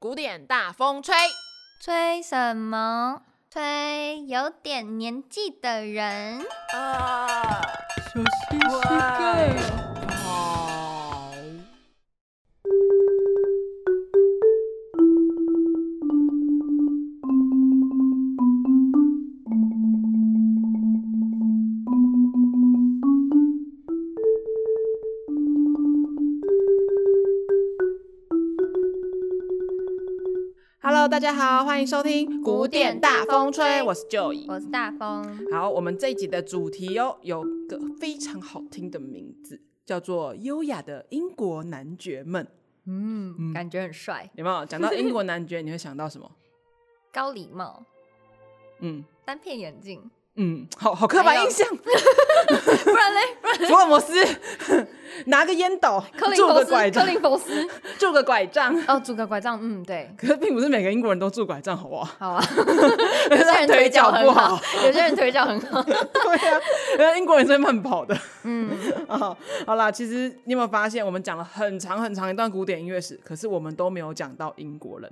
古典大风吹，吹什么？吹有点年纪的人。啊，小心膝盖。好，Hello，大家好，欢迎收听《古典大风吹》，我是 Joy，我是大风，好，我们这一集的主题哦，有个非常好听的名字，叫做《优雅的英国男爵们》。嗯，嗯感觉很帅，有没有讲到英国男爵，你会想到什么？高礼帽，嗯单片 眼镜，嗯，好好刻板印象，哎不然嘞，不然福尔摩斯拿个烟斗柯，林拄佛个斯，拐柯杖，林佛斯，拄个拐杖。哦，拄个拐杖，嗯，对，可是并不是每个英国人都拄拐杖，好不 好？ 好啊，有些人腿脚很好，有些人腿脚很好，对啊，然后英国人是会慢跑的。 嗯，哦，好啦，其实你有没有发现，我们讲了很长很长一段古典音乐史，可是我们都没有讲到英国人。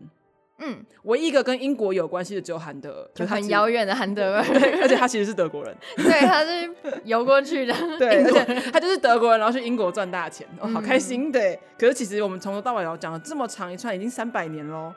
嗯，唯一一个跟英国有关系的只有韩德尔，可就是他其很实遥，远的韩德尔， 对， 而且他其实是德 国人，对，他是游过去的，对，英而国且他就是德国人，然后去英国赚大钱，哦，好开心对。可是其实我们从头到尾哦讲了这么长一串，已经三百年喽，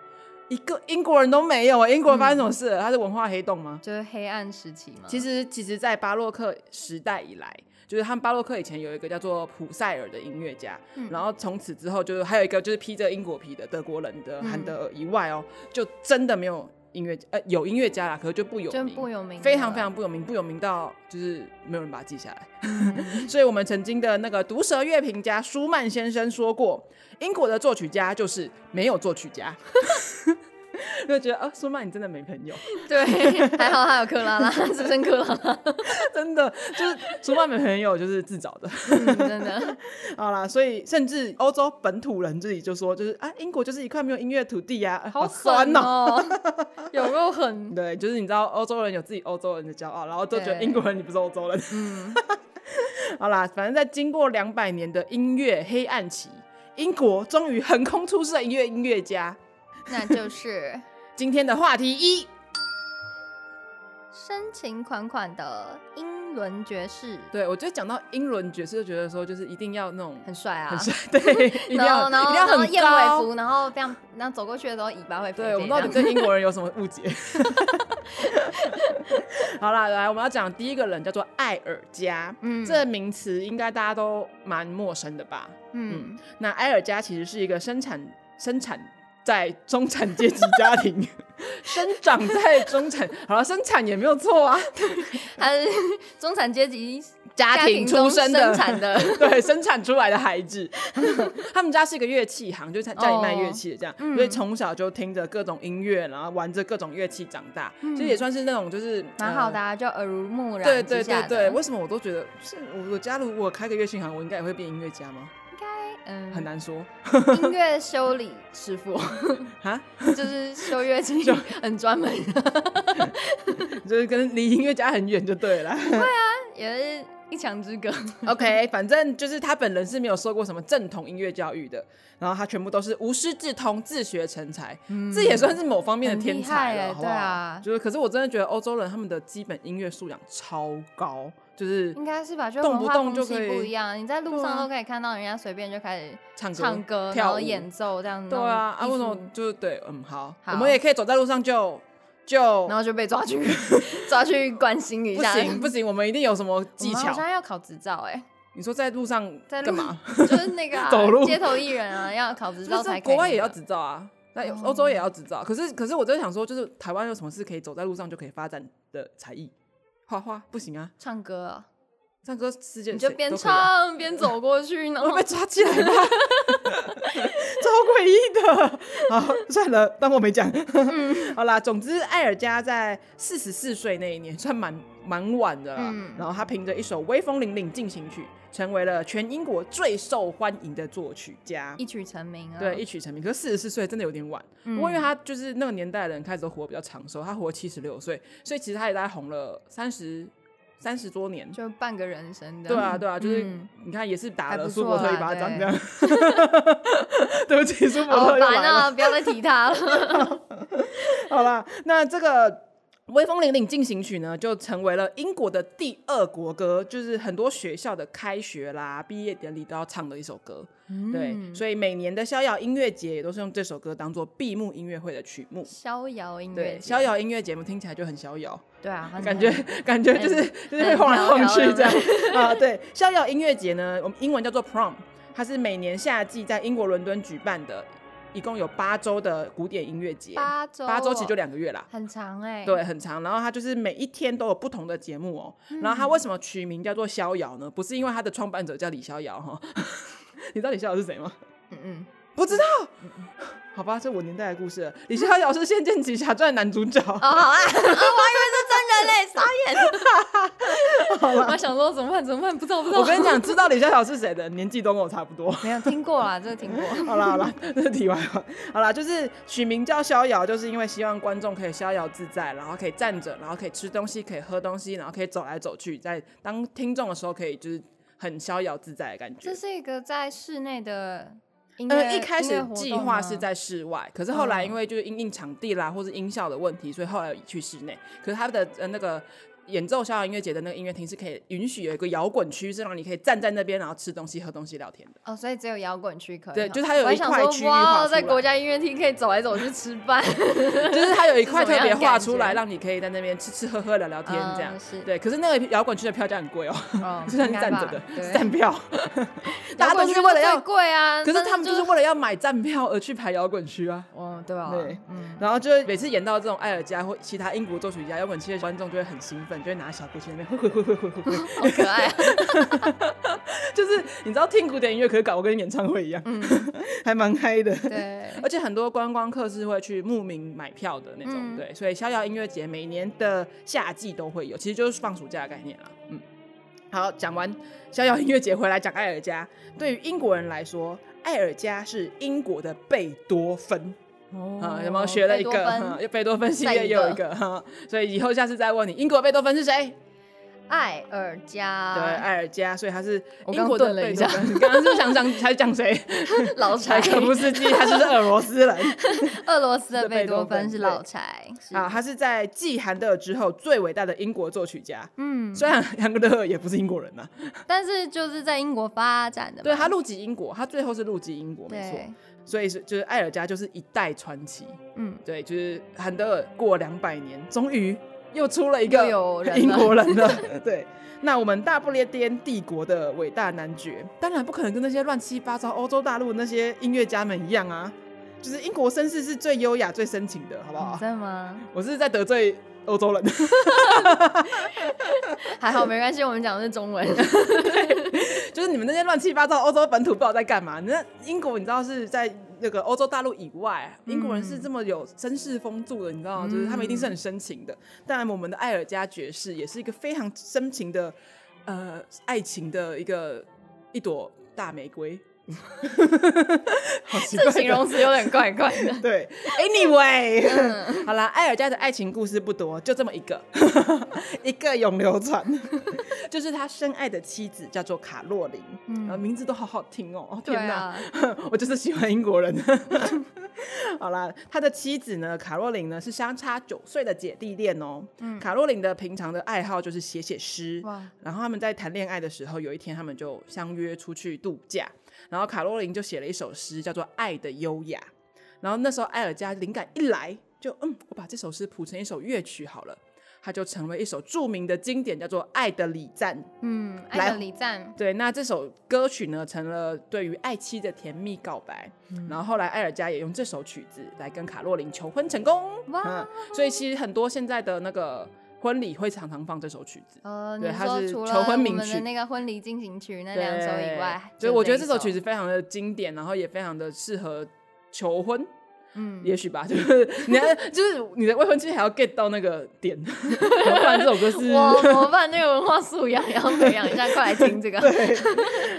一个英国人都没有啊！英国人发生什么事了？他是文化黑洞吗？就是黑暗时期嘛，其实，其实，在巴洛克时代以来，就是他们巴洛克以前有一个叫做普塞尔的音乐家，嗯然后从此之后，就是还有一个就是披着英国皮的德国人的嗯韩德尔以外哦，就真的没有音乐呃有音乐家啦，可是就不有就名，不有名，非常非常，不有名，不有名到就是没有人把它记下来。 所以我们曾经的那个毒舌乐评家舒曼先生说过，英国的作曲家就是没有作曲家。 就觉得啊，舒曼你真的没朋友， 对，还好还有克拉拉，只剩克拉拉，真的就是舒曼没朋友就是自找的。嗯真的， 好啦，所以甚至欧洲本土人自己就说，就是啊，英国就是一块没有音乐土地呀、啊，好酸狠哦， 有够狠，对，就是你知道欧洲人有自己欧洲人的骄傲，然后都觉得对英国人你不是欧洲人。嗯， 好啦，反正在经过两百年的音乐黑暗期，英国终于横空出世的音乐音乐家。那就是今天的话题一，深情款款的英伦爵士，对我就讲到英伦爵士，就觉得说就是一定要那种很帅啊很。帅，对，一定然要后，一然后，定要然后很燕尾高。服，然后这样，然后走过去的时候，尾巴会飞这对，样。我们到底对英国人有什么误解？ 好啦，来，我们要讲第一个人叫做艾尔加，嗯，这名词应该大家都蛮陌生的吧？嗯，那埃尔加其实是一个生产生产在中产阶级家庭，生长在中产，好了，生产也没有错啊，他是 中产阶级 家庭中出身的产的， 对，生产出来的孩子， 他们家是一个乐器行，就是家里卖乐器的这样，嗯所以从小就听着各种音乐，然后玩着各种乐器长大，其实也算是那种就是嗯蛮好的、。啊，就耳濡目呃染对之对对下的对，为什么我都觉得是我我家如果开个乐器行，我应该也会变音乐家吗？嗯，很难说音乐修理 师傅啊，就是修乐器就很专门的，就是跟离音乐家很远就对了啦。也是一墙之 隔。 OK，反正就是他本人是没有受过什么正统音乐教育的，然后他全部都是无师自通、自学成才，嗯这也算是某方面的天才了，很厉害耶好不好？对啊就是，可是我真的觉得欧洲人他们的基本音乐素养超高，就是应该是吧，就动文不化动风就气可以不一样，你在路对上啊都可以看到人家随便就开始唱歌、唱歌，然跳舞后演奏这样子。对啊，啊，那为种什艺术么就是对，嗯，好，好我们也可以走在路上就就然后就被抓 去抓去关心一不下。行不行，我们一定有什么技我们好巧。像要考执照 哎、你说在路上在路干嘛？就是那个、啊、走路街头艺人啊，要考执不照是在才可以、哦国外也要，执照啊，那有欧洲也要执照。可是可是我真的想说，就是台湾有什么事可以走在路上就可以发展的才艺？画画不行啊，唱歌、啊，唱歌世界你就谁边都可以啊，唱边走 过去，然我后会被抓起来吧？ 超诡异的。好，算了，当我没讲。嗯 好啦，总之艾尔加在四十四岁那一年算蛮蛮晚的啦。嗯然后他凭着一首威风凛凛进行曲，成为了全英国最受欢迎的作曲家。一曲成名啊。对，一曲成名。可是四十四岁真的有点晚，不嗯过因为他就是那个年代的人开始都活比较长寿，他活七十六岁，所以其实他也大概红了三十三十多年，就半个人生的。对啊，对啊，就是、嗯你看也是打还了不苏伯错特一啦巴掌对这样。 对不起，苏伯好 特又烦来了。啊！不要再提他了。好啦，那这个《威风凛凛进行曲》呢，就成为了英国的第二国歌，就是很多学校的开学啦、毕业典礼都要唱的一首歌。 对，嗯所以每年的逍遥音乐节也都是用这首歌当做闭幕音乐会的曲目。逍遥音乐对，嗯节，逍遥音乐节目听起来就很逍遥，对啊，很感觉 感觉就是就是会很晃来飘晃摇去的这样啊。对，逍遥音乐节呢，我们英文叫做 Prom，它是每年夏季在英国伦敦举办的，一共有八周的古典音乐节。八周八周其实就哦两个月啦。很长哎、对，，很长。然后它就是每一天都有不同的节目哦。然后它为什么取名叫做逍遥呢？不是因为它的创办者叫李逍遥哈、 你知道李逍遥是谁吗？嗯嗯，不知道。好吧，这我年代的故事了。李逍遥是《仙剑奇侠传》的男主角。哦好啊，哦我以为 是真人嘞、傻眼。 好啦我想说怎么办？怎么办？不知道，不知道。 我跟你讲，知道李逍遥是谁的年纪都跟我差不多。 没有听过啊，这个听过。 好啦好 啦，这是题外话。好啦，就是取名叫逍遥，就是因为希望观众可以逍遥自在，然后可以站着，然后可以吃东西，可以喝东西，然后可以走来走去，在当听众的时候可以就是很逍遥自在的感觉这。是一个在室内的音乐、呃，一开音乐始活动计划吗是在室外，可是后来嗯因为就是因应场地啦，或是音效的问题，所以后来移去室内。可是他的呃那个演奏逍遥音乐节的那个音乐厅是可以允许有一个摇滚区，是让你可以站在那边，然后吃东西、喝东西、聊天的。哦，所以只有摇滚区可以哦。对就是它有我还一想块说区域划哇出哦，来在国家音乐厅可以走来走去吃饭， 就是它有一块是什特么样别的画感出来，觉让你可以在那边吃吃喝喝、聊聊天这样嗯。是对，可是那个摇滚区的票价很贵哦， 哦，是算应该站着吧的，是对站票。 大家摇都滚是区为了最要，贵啊，可是但他们就是为了要买站票而去排摇滚区啊。哦，对啊，对嗯，然后就是每次演到这种艾尔加或其他英国作曲家摇滚区的观众就会很兴奋，就会拿小鼓去那边挥挥挥挥挥挥 挥，好可爱啊， 就是你知道听古典音乐可搞得跟演唱会一样，嗯， 还蛮嗨的。对，而且很多观光客是会去慕名买票的那种，嗯对，所以逍遥音乐节每年的夏季都会有，其实就是放暑假的概念啦。嗯，好，讲完逍遥音乐节回来讲艾尔加，对于英国人来说，艾尔加是英国的贝多芬。 啊、有没有学了一个？哦贝多芬哈又贝多芬系列再一又个一个哈，所以以后下次再问你，英国贝多芬是谁？艾尔对，加，艾尔加，所以他是我英刚国的顿了贝一多芬。你刚刚是想讲才讲 谁？对，老柴柴，可夫斯基，他就是俄罗斯人。 俄罗斯的的贝贝多多芬芬是对老柴，是啊，他是在继韩德尔之后最伟大的英国作曲家。嗯，虽然韩德尔也不是英国人呐、但是就是在英国发展的嘛，对他入籍英国，他最后是入籍英国，没对错。，所以是就是艾尔加就是一代传奇，嗯，对，就是韩德尔过两百年，终于又出了一又个有人了英国人 了。对，那我们大不列颠帝国的伟大男爵，当然不可能跟那些乱七八糟欧洲大陆的那些音乐家们一样啊。就是英国绅士是最优雅、最深情的，好不好嗯？真的 吗？我是在得罪欧洲人。还好没关系，我们讲的是中 文，就是你们那些乱七八糟欧洲本土不知道在干嘛。那英国你知道是在那个欧洲大陆以外，英国人是这么有绅士风度的，你知道吗？就是他们一定是很深情的。当然，我们的艾尔加爵士也是一个非常深情的，呃，爱情的一个一朵大玫瑰。好奇怪 这的形容词有点怪怪 的。嗯对，anyway，、好 啦，艾尔加的爱情故事不多，就这么一 个，一个永流传， 就是他深爱的妻子叫做卡洛琳，嗯、名字都好好听哦，哦对天哪，啊，我就是喜欢英国人。 好啦，他的妻子呢，卡洛琳呢是相差九岁的姐弟恋哦。卡洛琳的平常的爱好就是写写诗嗯哇，然后他们在谈恋爱的时候，有一天他们就相约出去度假，然后卡洛琳就写了一首诗，叫做《爱的优雅》。然后那时候艾尔加灵感一来，就嗯，我把这首诗谱成一首乐曲好了，它就成为一首著名的经典，叫做《爱的礼赞》。嗯，来艾德礼赞，对，那这首歌曲呢，成了对于爱妻的甜蜜告白。然后后来艾尔加也用这首曲子来跟卡洛琳求婚成功。哇嗯，，所以其实很多现在的那个婚礼会常常放这首曲子。呃，对你它说是除求了婚我名们曲的那个婚礼进行曲那对两首以外，所以我觉得这首首曲子非常的经典，然后也非常的适合求婚。嗯也许吧，就是 你要，就是你的未婚妻还要 get 到那个点， 不然这首歌 是我我把那个文化素养也要 培养一下，快来听这个。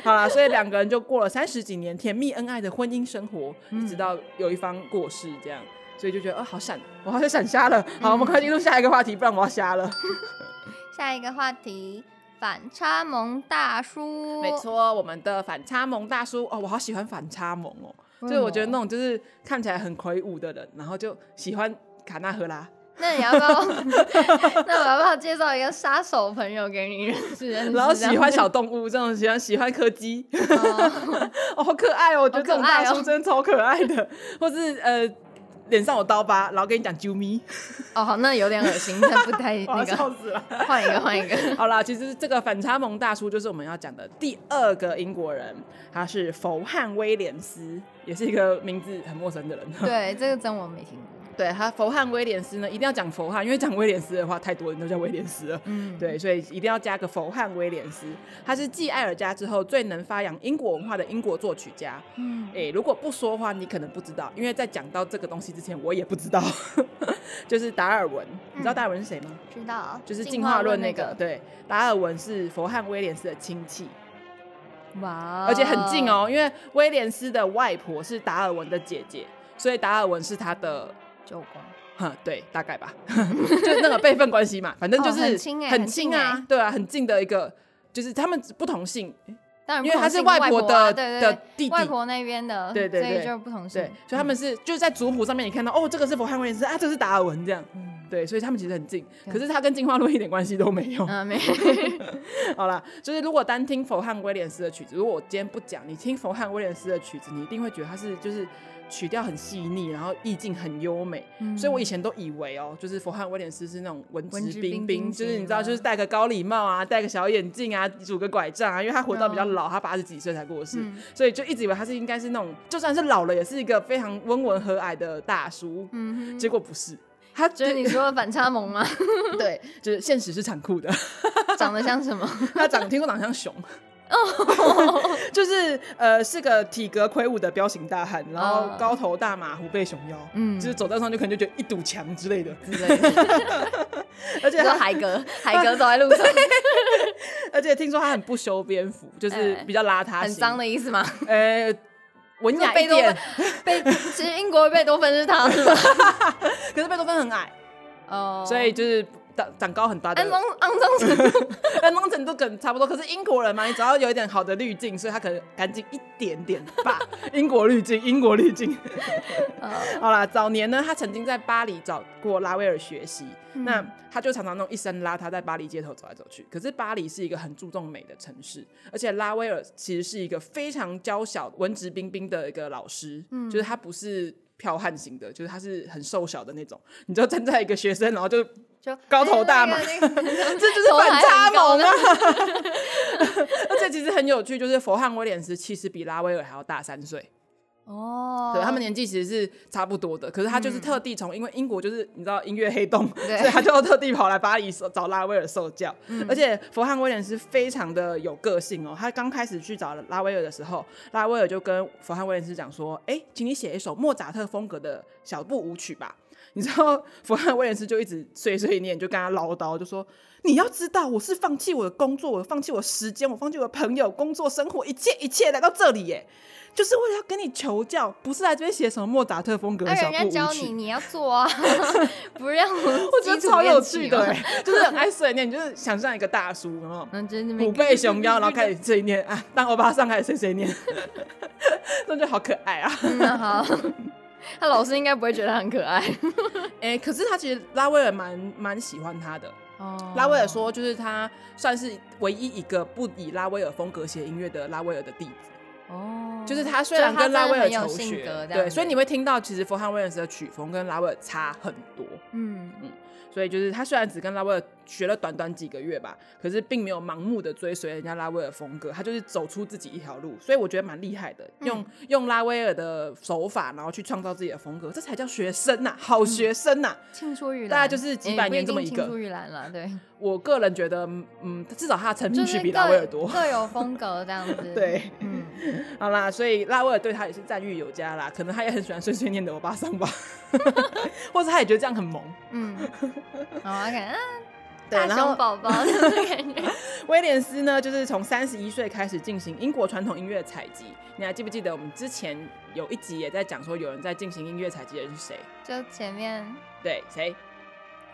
好啦，所以两个人就过了三十几年甜蜜恩爱的婚姻生活，嗯一直到有一方过世这样，嗯所以就觉得哦，好闪，我好像闪瞎了。好，我们快进入下一个话题，不然我要瞎了。 下一个话题，反差萌大叔。没，错，我们的反差萌大叔哦，我好喜欢反差萌哦，为就什是么我觉得那种就是看起来很魁梧的人，然后就喜欢卡纳赫拉， 那你要不要？那我要不要介绍一个杀手朋友给你认识？然后喜欢小动物这种，喜欢喜欢柯基，哦哦，好可爱哦！我觉得这种好可爱大哦叔真的超可爱的，或是呃脸上有刀疤，然后跟你讲啾 咪，哦，好，那有点恶心，那不太我要那笑 个，死了。换一个，换一个。 好啦，其实这个反差萌大叔就是我们要讲的第二个英国人，他是佛汉威廉斯，也是一个名字很陌生的人。对，这个真我没听过。 对他佛汉威廉斯呢，一定要讲佛汉，因为讲威廉斯的话，太多人都叫威廉斯了。嗯，对，所以一定要加个佛汉威廉斯，他是继艾尔加之后最能发扬英国文化的英国作曲家。嗯，诶，如果不说话，你可能不知道，因为在讲到这个东西之前，我也不知道。 就是达尔文，你知道达尔文是谁吗？知道，就是进嗯进化论论那个。个。对，达尔文是佛汉威廉斯的亲戚，哇，而且很近。哦，因为威廉斯的外婆是达尔文的姐姐，所以达尔文是他的。九宫。哼，对，大概吧， 就是那个辈分关系 嘛，反正就哦是很亲欸很很近近啊欸，对啊，很近的一个，就是他们不同姓，当然不因为他同是姓，外外婆婆啊的对对的对弟外弟婆那边的，对对所对以就是不同姓对，所以他们是就是在族谱上面，你看到哦，这个是佛汉威廉斯啊，这是达尔文这样，嗯对，所以他们其实很近，对可是他跟进化论一点关系都没有。嗯，没 好啦，就是如果单听佛汉威廉斯的曲子，如果我今天不讲，你听佛汉威廉斯的曲子，你一定会觉得它是就是曲调很细腻，然后意境很优美。嗯所以我以前都以为哦，就是佛汉威廉斯是那种文文质质彬彬彬彬，就是型你知道，的就是戴个高礼帽啊，戴个小眼镜啊，拄个拐杖啊，因为他活到比较老，他八十几岁才过世，嗯所以就一直以为他是应该是那种，就算是老了，也是一个非常温文和蔼的大叔。嗯哼，结果不是，他就是你说的反差萌 吗？对，就是现实是残酷 的。长得像 什么？他长听说长得像熊。哦 就是呃，是个体格魁梧的彪形大汉，然后嗯高头大马，虎背熊腰，嗯就是走在上就可能就觉得一堵墙之类的，之类啊的，而且就他海格，海格走在 路上，而且听说他很不修边幅，就是哎比较邋遢，很脏的，的意思吗？呃，文雅一贝多点芬，贝， 其实英国贝多芬是他是 吧？可是贝多芬很矮，哦，所以就是长长高很大的安，东肮脏 程度，但弄程度可能差不多。可是英国人嘛，你只要有一点好的滤镜，所以他可能干净一点点 吧，英国滤镜，英国滤镜。 哦好啦，早年呢，他曾经在巴黎找过拉威尔学习，嗯那他就常常那种一身邋遢在巴黎街头走来走去。可是巴黎是一个很注重美的城市，而且拉威尔其实是一个非常娇小、文质彬彬的一个老师，嗯就是他不是。剽悍型的，就是他是很瘦小的那种，你就站在一个学生，然后就就高头大马哎那个那个 这就是反差头萌 还很啊高！而且其实很有趣，就是佛汉威廉斯其实比拉威尔还要大三岁，哦，对他们年纪其实是差不多的，可是他就是特地从，因为英国就是你知道音乐黑洞，对嗯所以他就特地跑来巴黎受找拉威尔受教。而且佛汉威廉斯非常的有个性哦，他刚开始去找拉威尔的时候，拉威尔就跟佛汉威廉斯讲说：“哎、请你写一首莫扎特风格的小步舞曲吧。”你知道佛汉威廉斯就一直碎碎念，就跟他唠叨，就说：“你要知道，我是放弃我的工作，我放弃我时间，我放弃我的朋友、工作、生活，一切一切来到这里耶，就是为了要跟你求教，不是来这边写什么莫扎特风格啊，的小人步家教舞你，曲。你要做啊， 不让我我我觉得超有趣的，耶，就是很爱碎念，就是想象一个大叔，有没有？嗯，就是那边虎背熊腰，然后开始碎念啊，当欧巴上开始碎碎念， 那就好可爱啊！嗯好，他老师应该不会觉得他很 可爱。哎、可是他其实拉威尔蛮蛮喜欢他的，哦拉威尔，说，就是他算是唯一一个不以拉威尔风格写音乐的拉威尔的弟子，哦，就是他虽然跟拉威尔求就是他真的很有性学，格这样对，子所以你会听到其实佛汉威尔斯的曲风跟拉威尔差很多，嗯，所以就是他虽然只跟拉威尔学了短短几个月吧，可是并没有盲目的追随人家拉威尔风格，他就是走出自己一条路，所以我觉得蛮厉害的，用、用拉威尔的手法，然后去创造自己的风格，这才叫学生呐、好学生呐、青出于蓝，大概就是几百年这么一个也不定青出于蓝了， 对，我个人觉得，嗯，至少他的成就名曲是比各拉威尔多。各有风格这样子， 对，嗯，好啦，所以拉威尔对他也是赞誉有加啦，可能他也很喜欢碎碎念的欧巴桑吧， 或者他也觉得这样很萌。嗯，好，OK，啊，对大然后熊宝宝这种感觉， 威廉斯呢，就是从三十一岁开始进行英国传统音乐采集。你还记不记得我们之前有一集也在讲说有人在进行音乐采集的人是谁？就前面对，谁？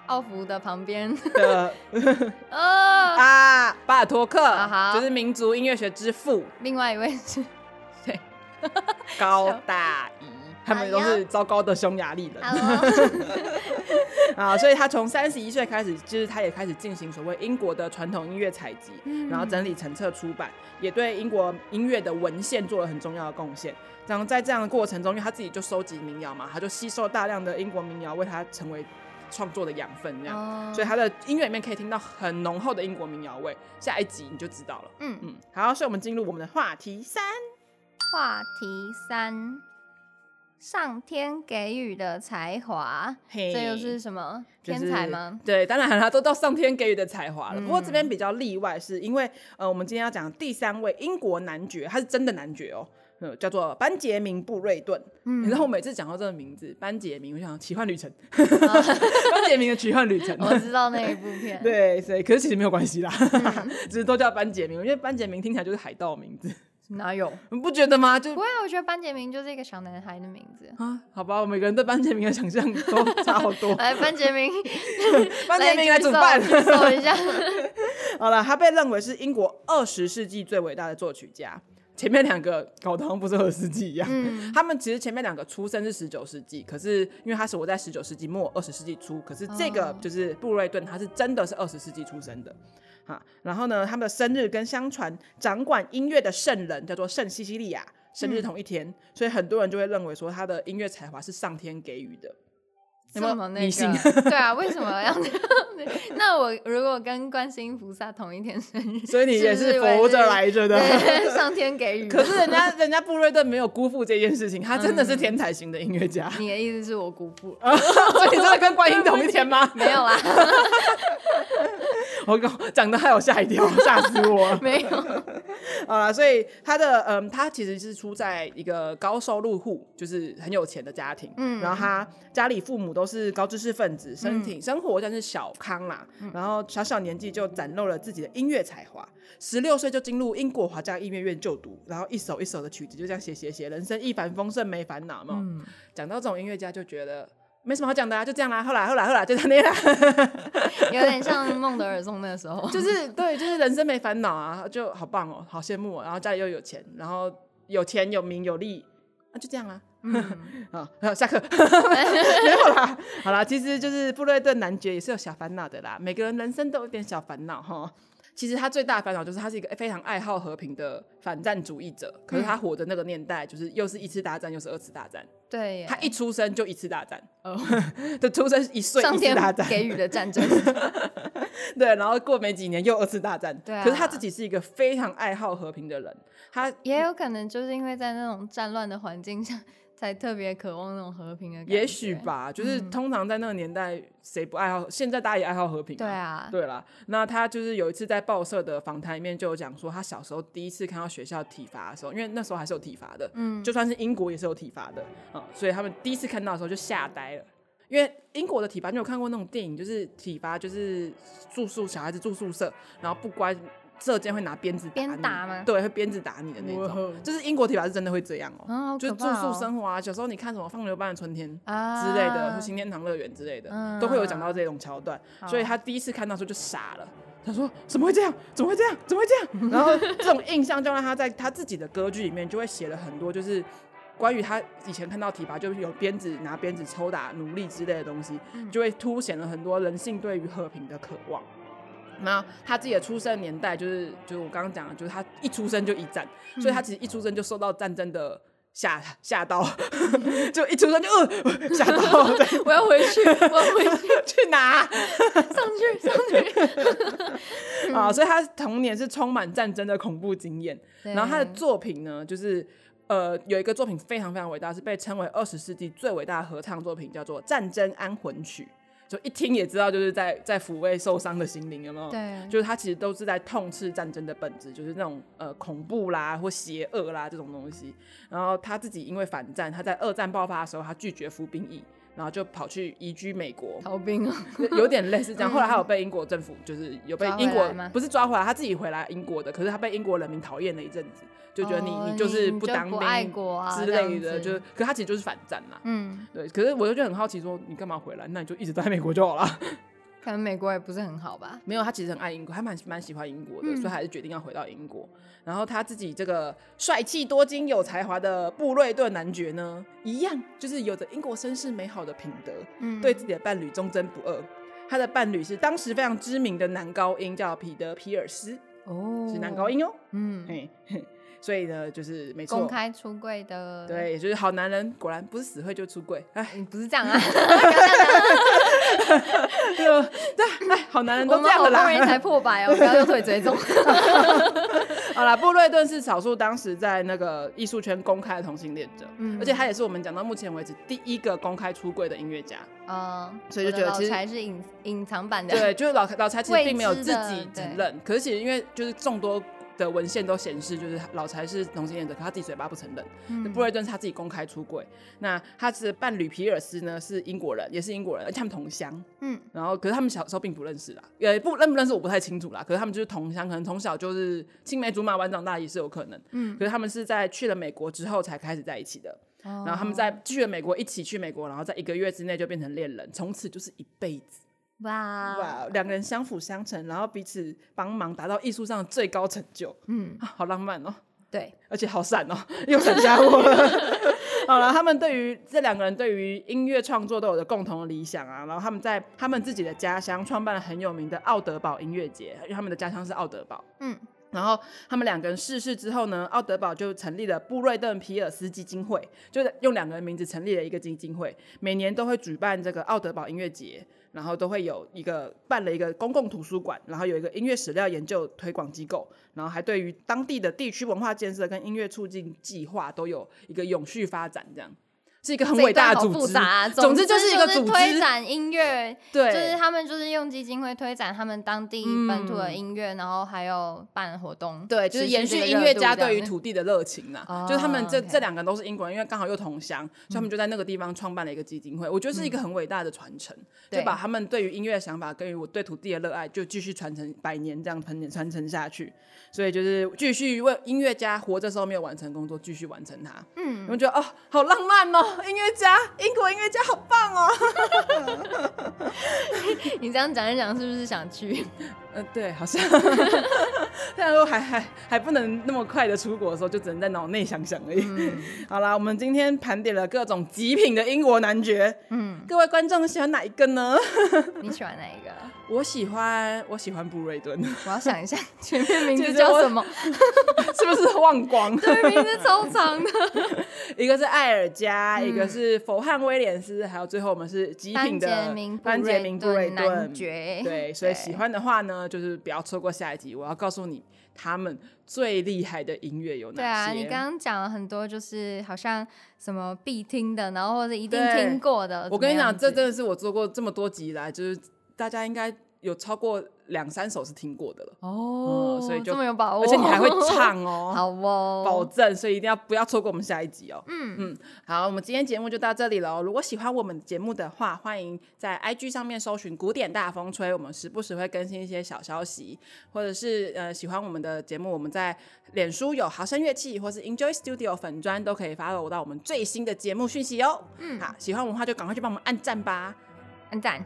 奥福的旁 边，的呃，啊，巴尔托克啊哈就是民族音乐学之父另外一位 是高大宜，他们都哎是呦糟糕的匈牙利人好哦，啊，所以他从三十一岁开始，就是他也开始进行所谓英国的传统音乐采集，然后整理成册出版，也对英国音乐的文献做了很重要的贡献。然后在这样的过程中，因为他自己就收集民谣嘛，他就吸收大量的英国民谣，为他成为创作的养分，这样。哦所以他的音乐里面可以听到很浓厚的英国民谣味，下一集你就知道了。嗯，嗯，好，所以我们进入我们的话题三。话题三，上天给予的才华，嘿这又是什么就天是才吗？？对，当然啦，都到上天给予的才华了。不过这嗯边比较例外，是因为呃，我们今天要讲第三位英国男爵，他是真的男爵哦。呃，叫做班杰明·布瑞顿。你嗯知道我每次讲到这个名字，班杰明，我想奇幻旅程， 班杰明的奇幻旅程。哦哦我知道那 一部片，嗯对，所以可是其实没有关系啦， 只是都叫班杰明，因为班杰明听起来就是海盗的名字，哪有？你不觉得吗？就。不会啊，我觉得班杰明就是一个小男孩的名字。啊，好吧，我每个人对班杰明的想象都 差好多 来，班杰明，班杰明来举主手办， 举手一下。好了，他被认为是英国二十世纪最伟大的作曲家。前面两个搞得好像不是二十世纪一样，嗯他们其实前面两个出生是十九世纪，可是因为他是我在十九世纪末二十世纪初，可是这个哦就是布瑞顿，他是真的是二十世纪出生的。哈，然后呢，他们的生日跟相传掌管音乐的圣人叫做圣西西利亚，生日同一天，嗯所以很多人就会认为说他的音乐才华是上天给予的。有没有这么那迷信个？ 对啊，为什么要这样？ 那我如果跟观世音菩萨同一天生日，所以你 也是是不是以为活着是来着的。对，上天给予。啊 可是人家人家布瑞顿没有辜负这件事情，他真的是天才型的音乐家。 你的意思是我辜负了？所以你真的跟观音同一天吗？没有啊， 我靠，讲的害我吓一跳，吓死我了。没有。好了，呃所以他的嗯，他其实是出在一个高收入户，就是很有钱的家庭。嗯嗯，然后他家里父母都是高知识分子，身嗯体、生活算是小康啦。然后小小年纪就展露了自己的音乐才华，十六岁就进入英国华家音乐院就读，然后一首一首的曲子就这样写写写，人生一帆风顺没烦恼嘛。嗯讲到这种音乐家，就觉得。没什么好讲的啊，就这样啦，后来后来后来就这样啦，有点像孟德尔颂那时候，就是对，就是人生没烦恼啊，就好棒哦，好羡慕哦。然后家里又有钱，然后有钱有名有利，那、就这样啊。 嗯，啊，下课没有啦，好啦，其实就是布瑞顿男爵也是有小烦恼的啦，每个人人生都有点小烦恼哈。其实他最大的烦恼就是他是一个非常爱好和平的反战主义者，嗯可是他活的那个年代就是又是一次大战又是二次大战，对耶，他一出生就一次大战，哦 就出生一岁上一次天大战，给予的战 争，对，然后过没几年又二次大战。对啊可是他自己是一个非常爱好和平的人，他也有可能就是因为在那种战乱的环境下，才特别渴望那种和平的感觉。嗯也许，吧，就是通常在那个年代，谁不爱好？现在大家也爱好和平、对。啊，对啦，那他就是有一次在报社的访谈里面就有讲说，他小时候第一次看到学校体罚的时候，因为那时候还是有体罚的，嗯，就算是英国也是有体罚的啊、所以他们第一次看到的时候就吓呆了。因为英国的体罚，你有看过那种电影，就是体罚就是住宿小孩子住宿舍，然后不乖，社监会拿鞭子打鞭你打吗对，会鞭子打你的那哇哦种，就是英国体罚是真的会这样哦、啊，好就是可住怕宿哦生活啊，小时候你看什么《放牛班的春天》啊之类的，或《新天堂乐园》之类的，嗯都会有讲到这种桥段，好所以他第一次看到的时候就傻了。他说：“怎么会这样？怎么会这样？怎么会这样？” 然后这种印象就让他在他自己的歌剧里面就会写了很多，就是关于他以前看到体罚，就是有鞭子拿鞭子抽打奴隶之类的东西，就会凸显了很多人性对于和平的渴望。那他自己的出生年代就是，就是我刚刚讲的，就是他一出生就一战，所以他其实一出生就受到战争的吓吓到， 就一出生就呃吓到， 对我要回去，我要回去，去哪上去，上去。 啊？所以他童年是充满战争的恐怖经验。 然后他的对作品呢，就是呃有一个作品非常非常伟大，是被称为二十世纪最伟大的合唱作品，叫做《战争安魂曲》。就一听也知道，就是在在抚慰受伤的心灵，有没有？对就是他其实都是在痛斥战争的本质，就是那种呃恐怖啦或邪恶啦这种东西。然后他自己因为反战，他在二战爆发的时候，他拒绝服兵役，然后就跑去移居美国，逃兵哦，有点类似这样。后来他有被英国政府，就是有被抓回英国来吗不是嗯抓回来，他自己回来英国的，可是他被英国人民讨厌了一阵子，就觉得你、哦就你是你就当不爱兵国啊之这样类的，子就是可他其实就是反战啦。嗯，对，可是我就觉得很好奇说你干嘛回来？那你就一直待在美国就好了。 可能美国也不是很好吧。没有，他其实很爱英国，他蛮蛮喜欢英国的，所以他还是决定要回到英国。然后他自己这个帅气多金、有才华的布瑞顿男爵呢，一样就是有着英国绅士美好的品德，嗯，对自己的伴侣忠贞不二。他的伴侣是当时非常知名的男高音，叫彼得·皮尔斯，哦，是男高，音哦。嗯，嘿， 嘿所以呢，就是没错，公开出柜的，，对，就是好男人果然不是死会就出柜，哎，你不是这样啊？就对，哎，好男人我都这们样好的不啦容。易才破百哦，不要用腿追踪。 好啦，布瑞顿是少数当时在那个艺术圈公开的同性恋者，嗯而且他也是我们讲到目前为止第一个公开出柜的音乐家。嗯，所以就我的觉得老其实柴是隐隐藏版的，对，就是老老柴其实未并没有知自的己承认，可是其实因为就是众多的文献都显示，就是老柴是同性恋者，可他自己嘴巴不承认。嗯，布瑞顿是他自己公开出柜，那他的伴侣皮尔斯呢是英国人，也是英国人，而且他们同乡。嗯，然后可是他们小时候并不认识啦，也不认不认识我不太清楚啦。可是他们就是同乡，可能从小就是青梅竹马玩长大也是有可能。嗯可是他们是在去了美国之后才开始在一起的，然然后他们在去了美国一起去美国，然后在一个月之内就变成恋人，从此就是一辈子。哇，哇，两个人相辅相成，然后彼此帮忙，达到艺术上的最高成就，嗯，啊好浪漫哦，对，而且好闪哦，又闪瞎我了。 好了，他们对于这两个人对于音乐创作都有着共同的理想啊，然后他们在他们自己的家乡创办了很有名的奥德堡音乐节，因为他们的家乡是奥德堡。嗯，然后他们两个人逝世之后呢，奥德堡就成立了布瑞顿皮尔斯基金会，就是用两个人名字成立了一个基金会，每年都会举办这个奥德堡音乐节，然后都会有一个办了一个公共图书馆，然后有一个音乐史料研究推广机构，然后还对于当地的地区文化建设跟音乐促进计划都有一个永续发展，这样是一个很这一伟大的段好组复织。杂啊总之之就是一个组织推展音乐，对，就是他们就是用基金会推展他们当地本土的音乐，然后还有办活动，嗯对，就是持延这续个音热乐度家这样对于子土地的热情呐、哦就是他们这、 OK 嗯这两个人都是英国人，因为刚好又同乡，所以他们就在那个地方创办了一个基金会。我觉得是一个很伟大的传承，对就把他们对于音乐的想法跟于我对土地的热爱，就继续传承百年这样传承传承下去。所以就是继续为音乐家活着时候没有完成工作，继续完成它。嗯，我觉得哦，好浪漫哦，音乐家，英国音乐家好棒哦。你这样讲一讲，是不是想去？嗯、对，好像。但都还还还不能那么快的出国的时候，就只能在脑内想想而已。嗯 好啦，我们今天盘点了各种极品的英国男爵，嗯，各位观众喜欢哪一个呢？你喜欢哪一个？我喜欢，我喜欢布瑞顿，我要想一下全面名其字实叫我什么？ 是不是忘光？ 对，名字超长的。 一个是艾尔加，一个是佛汉威廉斯，还有最后我们是极品的嗯班班杰杰明明布布瑞瑞顿男顿。爵对，所以喜对欢的话呢，就是不要错过下一集。我要告诉你他们最厉害的音乐有哪些。对啊，你刚刚讲了很多，就是好像什么必听的，然后或者一定对听过的。我跟你怎讲，么样这子真的是我做过这么多集以来，就是大家应该有超过两三首是听过的了，哦，嗯所以就这么有把握，而且你还会唱哦， 好哦，保证，所以一定要不要错过我们下一集哦。嗯嗯，好，我们今天节目就到这里喽。如果喜欢我们节目的话，欢迎在 IG 上面搜寻“古典大风吹”，我们时不时会更新一些小消息，或者是呃喜欢我们的节目，我们在脸书有豪声乐器或是 Enjoy Studio 粉砖都可以发 o 到我们最新的节目讯息哦。嗯，好，喜欢我们的话就赶快去帮我们按赞吧。按赞。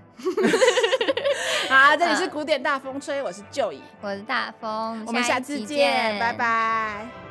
好，这里是古典大风吹，我是 Joey，我是大风，我们下次一集见，拜拜。